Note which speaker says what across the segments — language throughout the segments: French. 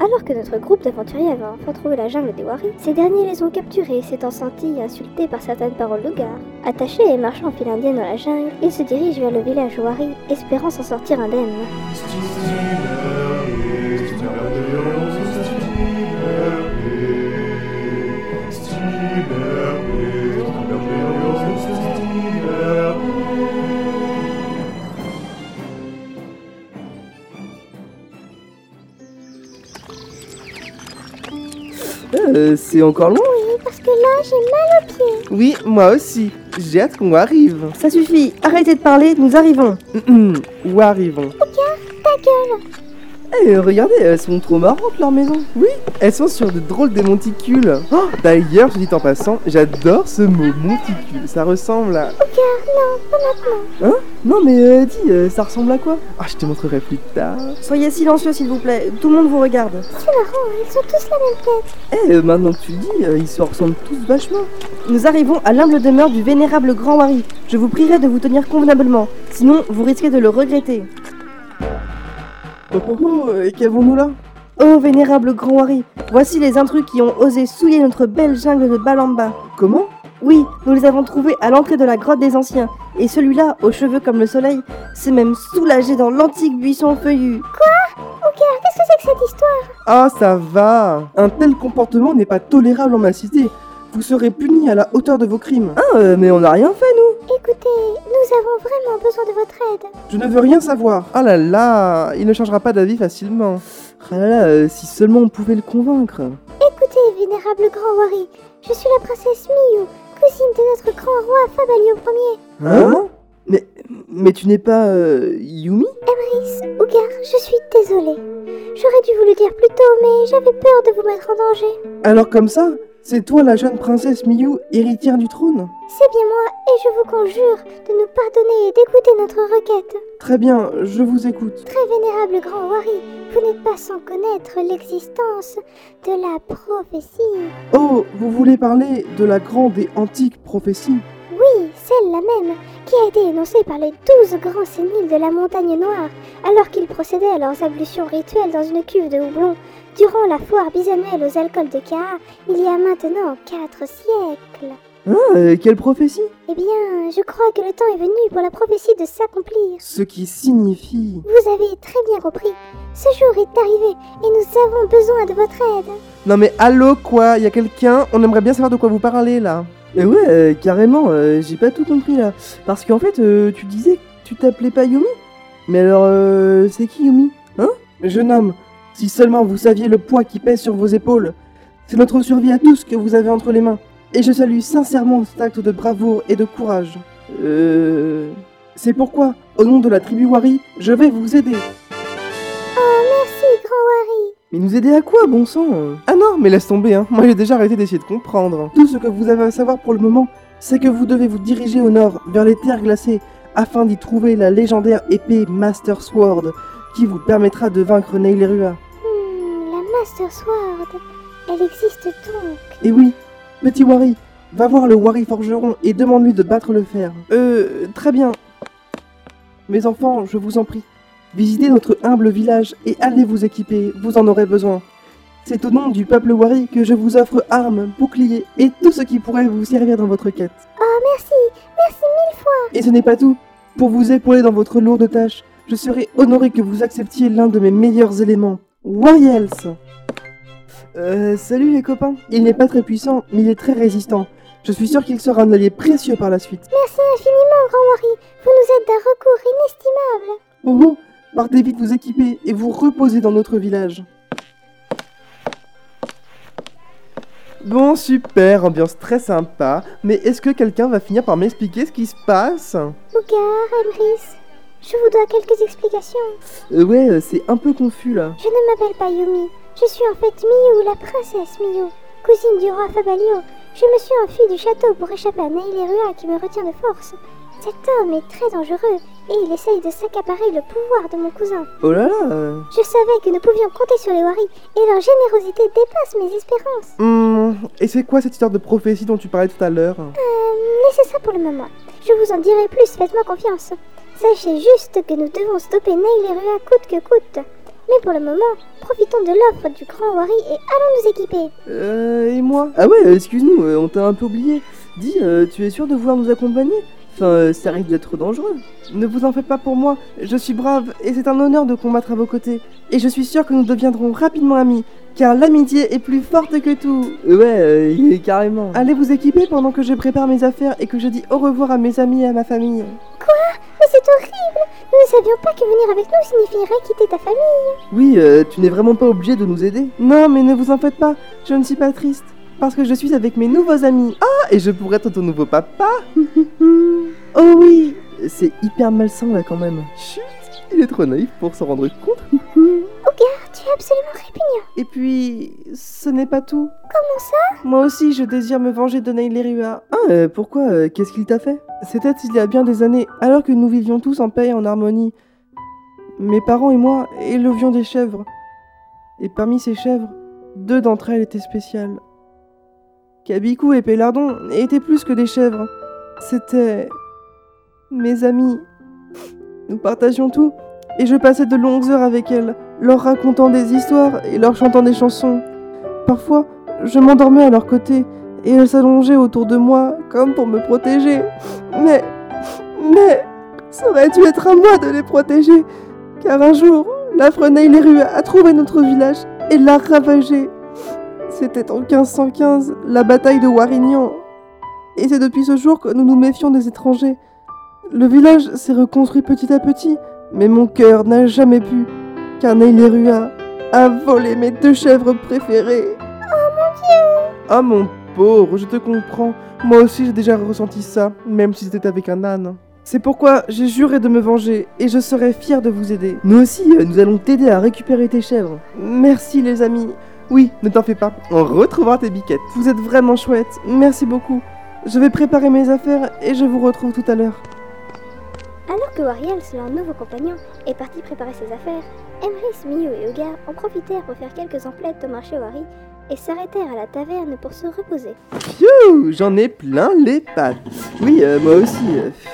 Speaker 1: Alors que notre groupe d'aventuriers avait enfin trouvé la jungle des Wari, ces derniers les ont capturés, s'étant sentis insultés par certaines paroles d'Ougar. Attachés et marchant en file indienne dans la jungle, ils se dirigent vers le village Wari, espérant s'en sortir indemne.
Speaker 2: Euh, c'est encore loin
Speaker 1: Oui, parce que là, j'ai mal aux pieds.
Speaker 2: Oui, moi aussi. J'ai hâte qu'on arrive.
Speaker 3: Ça suffit, arrêtez de parler, nous arrivons.
Speaker 2: Hum, hum, Où arrivons
Speaker 1: Ta gueule
Speaker 2: Eh, regardez, elles sont trop marrantes leur maison. Oui, elles sont sur de drôles des monticules. Oh, D'ailleurs, je dis en passant, j'adore ce mot monticule. Ça ressemble à. Hein Non, mais euh, dis, euh, ça ressemble à quoi Ah, je te montrerai plus tard.
Speaker 3: Soyez silencieux s'il vous plaît, tout le monde vous regarde.
Speaker 1: Ils sont tous la même tête.
Speaker 2: Eh, euh, maintenant que tu le dis, euh, ils se ressemblent tous vachement.
Speaker 3: Nous arrivons à l'humble demeure du vénérable Grand Wari. Je vous prierai de vous tenir convenablement, sinon vous risquez de le regretter.
Speaker 2: Oh, oh, oh, euh, qu'avons-nous là
Speaker 3: Oh vénérable Grand Wari, voici les intrus qui ont osé souiller notre belle jungle de Balamba.
Speaker 2: Comment
Speaker 3: Oui, nous les avons trouvés à l'entrée de la grotte des anciens, et celui-là, aux cheveux comme le soleil, s'est même soulagé dans l'antique buisson feuillu.
Speaker 1: Ougar, qu'est-ce que c'est que cette histoire
Speaker 2: Ah, ça va Un tel comportement n'est pas tolérable en ma cité. Vous serez punis à la hauteur de vos crimes. Ah, euh, mais on n'a rien fait, nous
Speaker 1: Écoutez, nous avons vraiment besoin de votre aide.
Speaker 2: Je ne veux rien savoir. Ah là là, il ne changera pas d'avis facilement. Ah là là, euh, si seulement on pouvait le convaincre.
Speaker 1: Écoutez, vénérable grand Wari, je suis la princesse Miyu, cousine de notre grand roi Fabalio Ier.
Speaker 2: Hein Mais mais tu n'es pas euh, Yumi
Speaker 1: Emrys, Ougar, je suis désolée. J'aurais dû vous le dire plus tôt, mais j'avais peur de vous mettre en danger.
Speaker 2: Alors comme ça, c'est toi la jeune princesse Miyu, héritière du trône
Speaker 1: C'est bien moi, et je vous conjure de nous pardonner et d'écouter notre requête.
Speaker 2: Très bien, je vous écoute.
Speaker 1: Très vénérable grand Wari, vous n'êtes pas sans connaître l'existence de la prophétie.
Speaker 2: Oh, vous voulez parler de la grande et antique prophétie
Speaker 1: Oui, celle-là même, qui a été énoncée par les douze grands séniles de la montagne noire, alors qu'ils procédaient à leurs ablutions rituelles dans une cuve de houblon, durant la foire bisannuelle aux alcools de Kaa, il y a maintenant quatre siècles.
Speaker 2: Hein euh, Quelle prophétie
Speaker 1: Eh bien, je crois que le temps est venu pour la prophétie de s'accomplir.
Speaker 2: Ce qui signifie...
Speaker 1: Vous avez très bien compris. Ce jour est arrivé et nous avons besoin de votre aide.
Speaker 2: Non mais allô quoi, y a quelqu'un On aimerait bien savoir de quoi vous parlez là. Euh, ouais, euh, carrément, euh, j'ai pas tout compris là. Parce qu'en fait, euh, tu disais que tu t'appelais pas Yumi Mais alors, euh, c'est qui Yumi Hein Jeune homme, si seulement vous saviez le poids qui pèse sur vos épaules. C'est notre survie à tous que vous avez entre les mains. Et je salue sincèrement cet acte de bravoure et de courage. Euh... C'est pourquoi, au nom de la tribu Wari, je vais vous aider.
Speaker 1: Merci, grand Wari.
Speaker 2: Mais nous aider à quoi, bon sang euh Ah non, mais laisse tomber, hein. Moi, j'ai déjà arrêté d'essayer de comprendre. Tout ce que vous avez à savoir pour le moment, c'est que vous devez vous diriger au nord, vers les terres glacées, afin d'y trouver la légendaire épée Master Sword, qui vous permettra de vaincre Neilerua.
Speaker 1: Hmm, la Master Sword, elle existe donc.
Speaker 2: Et Eh oui, petit Wari, va voir le Wari forgeron et demande-lui de battre le fer. Euh, très bien. Mes enfants, je vous en prie, visitez notre humble village et allez vous équiper, vous en aurez besoin. C'est au nom du peuple Wari que je vous offre armes, boucliers et tout ce qui pourrait vous servir dans votre quête.
Speaker 1: Oh, merci, merci mille fois.
Speaker 2: Et ce n'est pas tout. Pour vous épauler dans votre lourde tâche, je serai honoré que vous acceptiez l'un de mes meilleurs éléments, Wariels. Euh, salut les copains. Il n'est pas très puissant, mais il est très résistant. Je suis sûr qu'il sera un allié précieux par la suite.
Speaker 1: Merci infiniment, grand Wari. Vous nous êtes d'un recours inestimable.
Speaker 2: Oh oh, partez vite vous équiper et vous reposer dans notre village. Bon, super, ambiance très sympa. Mais est-ce que quelqu'un va finir par m'expliquer ce qui se passe Euh,
Speaker 1: Ougar, Emrys, je vous dois quelques explications.
Speaker 2: Euh, Ouais, euh, c'est un peu confus là.
Speaker 1: Je ne m'appelle pas Yumi. Je suis en fait Miyu, la princesse Miyu, cousine du roi Fabalio. Je me suis enfuie du château pour échapper à Nailerua qui me retient de force. Cet homme est très dangereux et il essaye de s'accaparer le pouvoir de mon cousin.
Speaker 2: Oh là là euh.
Speaker 1: Je savais que nous pouvions compter sur les Wari et leur générosité dépasse mes espérances.
Speaker 2: Hum, et c'est quoi cette histoire de prophétie dont tu parlais tout à l'heure
Speaker 1: Laissez ça pour le moment. Je vous en dirai plus, faites-moi confiance. Sachez juste que nous devons stopper Neil et Rua coûte que coûte. Mais pour le moment, profitons de l'offre du grand Wari et allons nous équiper.
Speaker 2: Euh, et moi Ah ouais, euh, excuse-nous, euh, on t'a un peu oublié. Dis, euh, tu es sûr de vouloir nous accompagner Enfin, euh, ça risque d'être trop dangereux. Ne vous en faites pas pour moi, je suis brave et c'est un honneur de combattre à vos côtés. Et je suis sûr que nous deviendrons rapidement amis, car l'amitié est plus forte que tout. Euh, Ah, Ouais, carrément. Allez vous équiper pendant que je prépare mes affaires et que je dis au revoir à mes amis et à ma famille.
Speaker 1: Mais c'est horrible Nous ne savions pas que venir avec nous signifierait quitter ta famille.
Speaker 2: Oui, euh, tu n'es vraiment pas obligé de nous aider. Non, mais ne vous en faites pas, je ne suis pas triste. Parce que je suis avec mes nouveaux amis. Ah, et je pourrais être ton nouveau papa. oh oui, c'est hyper malsain là quand même. Chut, il est trop naïf pour s'en rendre compte.
Speaker 1: Tu es absolument répugnant.
Speaker 2: Et puis, ce n'est pas tout.
Speaker 1: Comment ça
Speaker 2: Moi aussi, je désire me venger de Nailerua. Ah, euh, pourquoi euh, Qu'est-ce qu'il t'a fait C'était il y a bien des années, alors que nous vivions tous en paix et en harmonie. Mes parents et moi élevions des chèvres. Et parmi ces chèvres, deux d'entre elles étaient spéciales. Kabiku et Pélardon étaient plus que des chèvres. C'était. mes amis. Nous partagions tout, et je passais de longues heures avec elles, leur racontant des histoires et leur chantant des chansons. Parfois, je m'endormais à leur côté, et elles s'allongeaient autour de moi comme pour me protéger. Mais. Mais. Ça aurait dû être à moi de les protéger, car un jour, l'affreux rues a trouvé notre village et l'a ravagé. C'était en 1515, la bataille de Warignan. Et c'est depuis ce jour que nous nous méfions des étrangers. Le village s'est reconstruit petit à petit, mais mon cœur n'a jamais pu, car Nailerua a volé mes deux chèvres préférées. Oh mon dieu Ah mon pauvre, je te comprends. Moi aussi j'ai déjà ressenti ça, même si c'était avec un âne. C'est pourquoi j'ai juré de me venger et je serai fier de vous aider. Nous aussi, euh, nous allons t'aider à récupérer tes chèvres. Merci les amis. Oui, ne t'en fais pas, on retrouvera tes biquettes. Vous êtes vraiment chouettes, merci beaucoup. Je vais préparer mes affaires et je vous retrouve tout à l'heure.
Speaker 1: Alors que Wariel, leur nouveau compagnon, est parti préparer ses affaires, Emrys, Miyu et Ugar en profitèrent pour faire quelques emplettes au marché Wari et s'arrêtèrent à la taverne pour se reposer.
Speaker 2: Ouh, J'en ai plein les pattes. Oui, euh, moi aussi.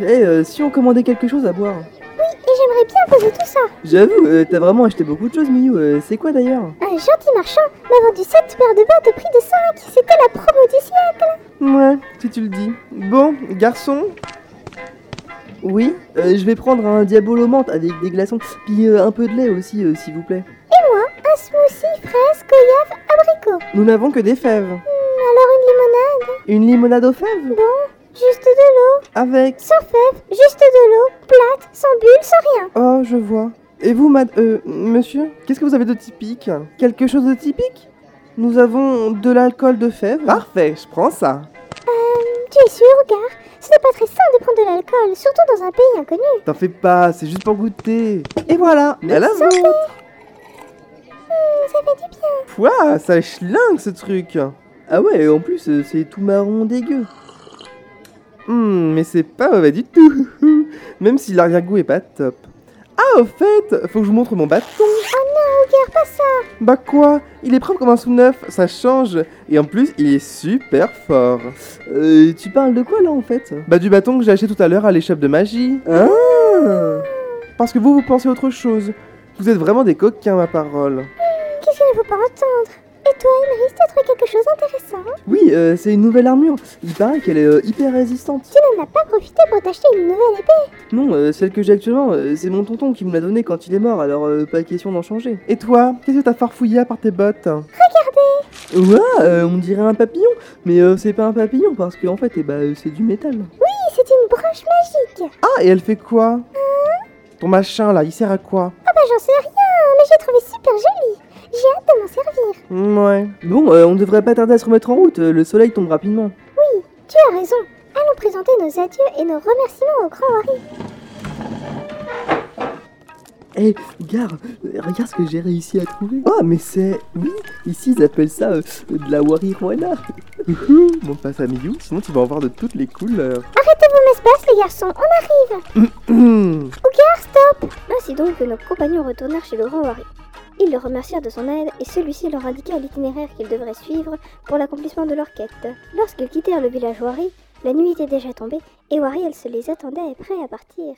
Speaker 2: Eh, euh, si on commandait quelque chose à boire
Speaker 1: Et j'aimerais bien poser tout ça
Speaker 2: J'avoue, euh, t'as vraiment acheté beaucoup de choses, Miou. Euh, c'est quoi d'ailleurs
Speaker 1: Un gentil marchand m'a vendu 7 paires de bottes au prix de 5 C'était la promo du siècle
Speaker 2: Ouais, si tu le dis. Bon, garçon Oui Euh, Je vais prendre un diabolo menthe avec des glaçons, puis euh, un peu de lait aussi, euh, s'il vous plaît.
Speaker 1: Un smoothie, fraise, goyave, abricot
Speaker 2: Nous n'avons que des fèves.
Speaker 1: Alors une limonade
Speaker 2: Une limonade aux fèves
Speaker 1: Juste de l'eau,
Speaker 2: Avec...
Speaker 1: sans fèves, juste de l'eau, plate, sans bulles, sans rien
Speaker 2: Oh, je vois. Et vous, mad... euh, monsieur Qu'est-ce que vous avez de typique Quelque chose de typique Nous avons de l'alcool de fèves. Parfait, je prends ça.
Speaker 1: Tu es sûr, Ugar Ce n'est pas très sain de prendre de l'alcool, surtout dans un pays inconnu
Speaker 2: T'en fais pas, c'est juste pour goûter. Et voilà, à la vôtre.
Speaker 1: Ça fait du bien
Speaker 2: Pouah, ça schlingue ce truc. Ah ouais, en plus, euh, c'est tout marron dégueu. Hum, mais c'est pas mauvais du tout. Même si l'arrière-goût est pas top. Ah, au fait, faut que je vous montre mon bâton.
Speaker 1: Ugar, Ah pas ça
Speaker 2: Bah quoi Il est propre comme un sous-neuf, ça change. Et en plus, il est super fort. Euh, tu parles de quoi là en fait Bah du bâton que j'ai acheté tout à l'heure à l'échoppe de magie. Ah Parce que vous, vous pensez autre chose. Vous êtes vraiment des coquins, ma parole.
Speaker 1: Qu'est-ce qu'il ne faut pas entendre Et toi, Emrys, t'as trouvé quelque chose d'intéressant
Speaker 2: Oui, euh, c'est une nouvelle armure. Il paraît qu'elle est euh, hyper résistante.
Speaker 1: Tu n'en as pas profité pour t'acheter une nouvelle épée
Speaker 2: Non, euh, celle que j'ai actuellement, euh, c'est mon tonton qui me l'a donnée quand il est mort, alors euh, pas question d'en changer. Et toi, qu'est-ce que t'as farfouillé à part tes bottes Regardez Ouais, euh, on dirait un papillon, mais euh, c'est pas un papillon parce qu'en fait, eh bah, euh, c'est du métal.
Speaker 1: Oui, c'est une branche magique
Speaker 2: Ah, et elle fait quoi Ton machin là, il sert à quoi
Speaker 1: Ah bah j'en sais rien, mais j'ai trouvé super jolie J'ai hâte de m'en servir
Speaker 2: Ouais. Bon, euh, on devrait pas tarder à se remettre en route, euh, le soleil tombe rapidement.
Speaker 1: Tu as raison Allons présenter nos adieux et nos remerciements au grand Wari
Speaker 2: Eh, regarde, euh, regarde ce que j'ai réussi à trouver. Oh, mais c'est. Oui, ici ils appellent ça euh, de la warihuana. Mon Mhm. passe à Miyu, sinon tu vas en voir de toutes les couleurs.
Speaker 1: Arrêtez vos espaces, les garçons, on arrive
Speaker 2: Hum,
Speaker 1: Ainsi donc que nos compagnons retournèrent chez le grand Wari. Ils le remercièrent de son aide et celui-ci leur indiqua l'itinéraire qu'ils devraient suivre pour l'accomplissement de leur quête. Lorsqu'ils quittèrent le village Wari, la nuit était déjà tombée et Wariel se les attendait prêt à partir.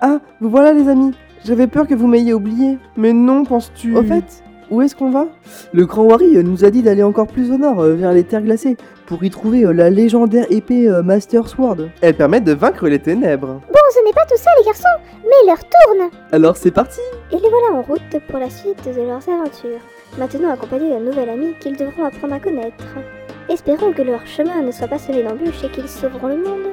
Speaker 2: ah, vous voilà les amis. J'avais peur que vous m'ayez oublié.
Speaker 4: Mais non, penses-tu
Speaker 2: Au fait, où est-ce qu'on va Le Grand Wari euh, nous a dit d'aller encore plus au nord, euh, vers les terres glacées, pour y trouver euh, la légendaire épée euh, Master Sword.
Speaker 4: Elles permettent de vaincre les ténèbres.
Speaker 1: Bon, ce n'est pas tout ça, les garçons, mais leur tourne
Speaker 2: Alors c'est parti
Speaker 1: Et les voilà en route pour la suite de leurs aventures, maintenant accompagnés d'un nouvel ami qu'ils devront apprendre à connaître. Espérons que leur chemin ne soit pas semé d'embûches et qu'ils sauveront le monde.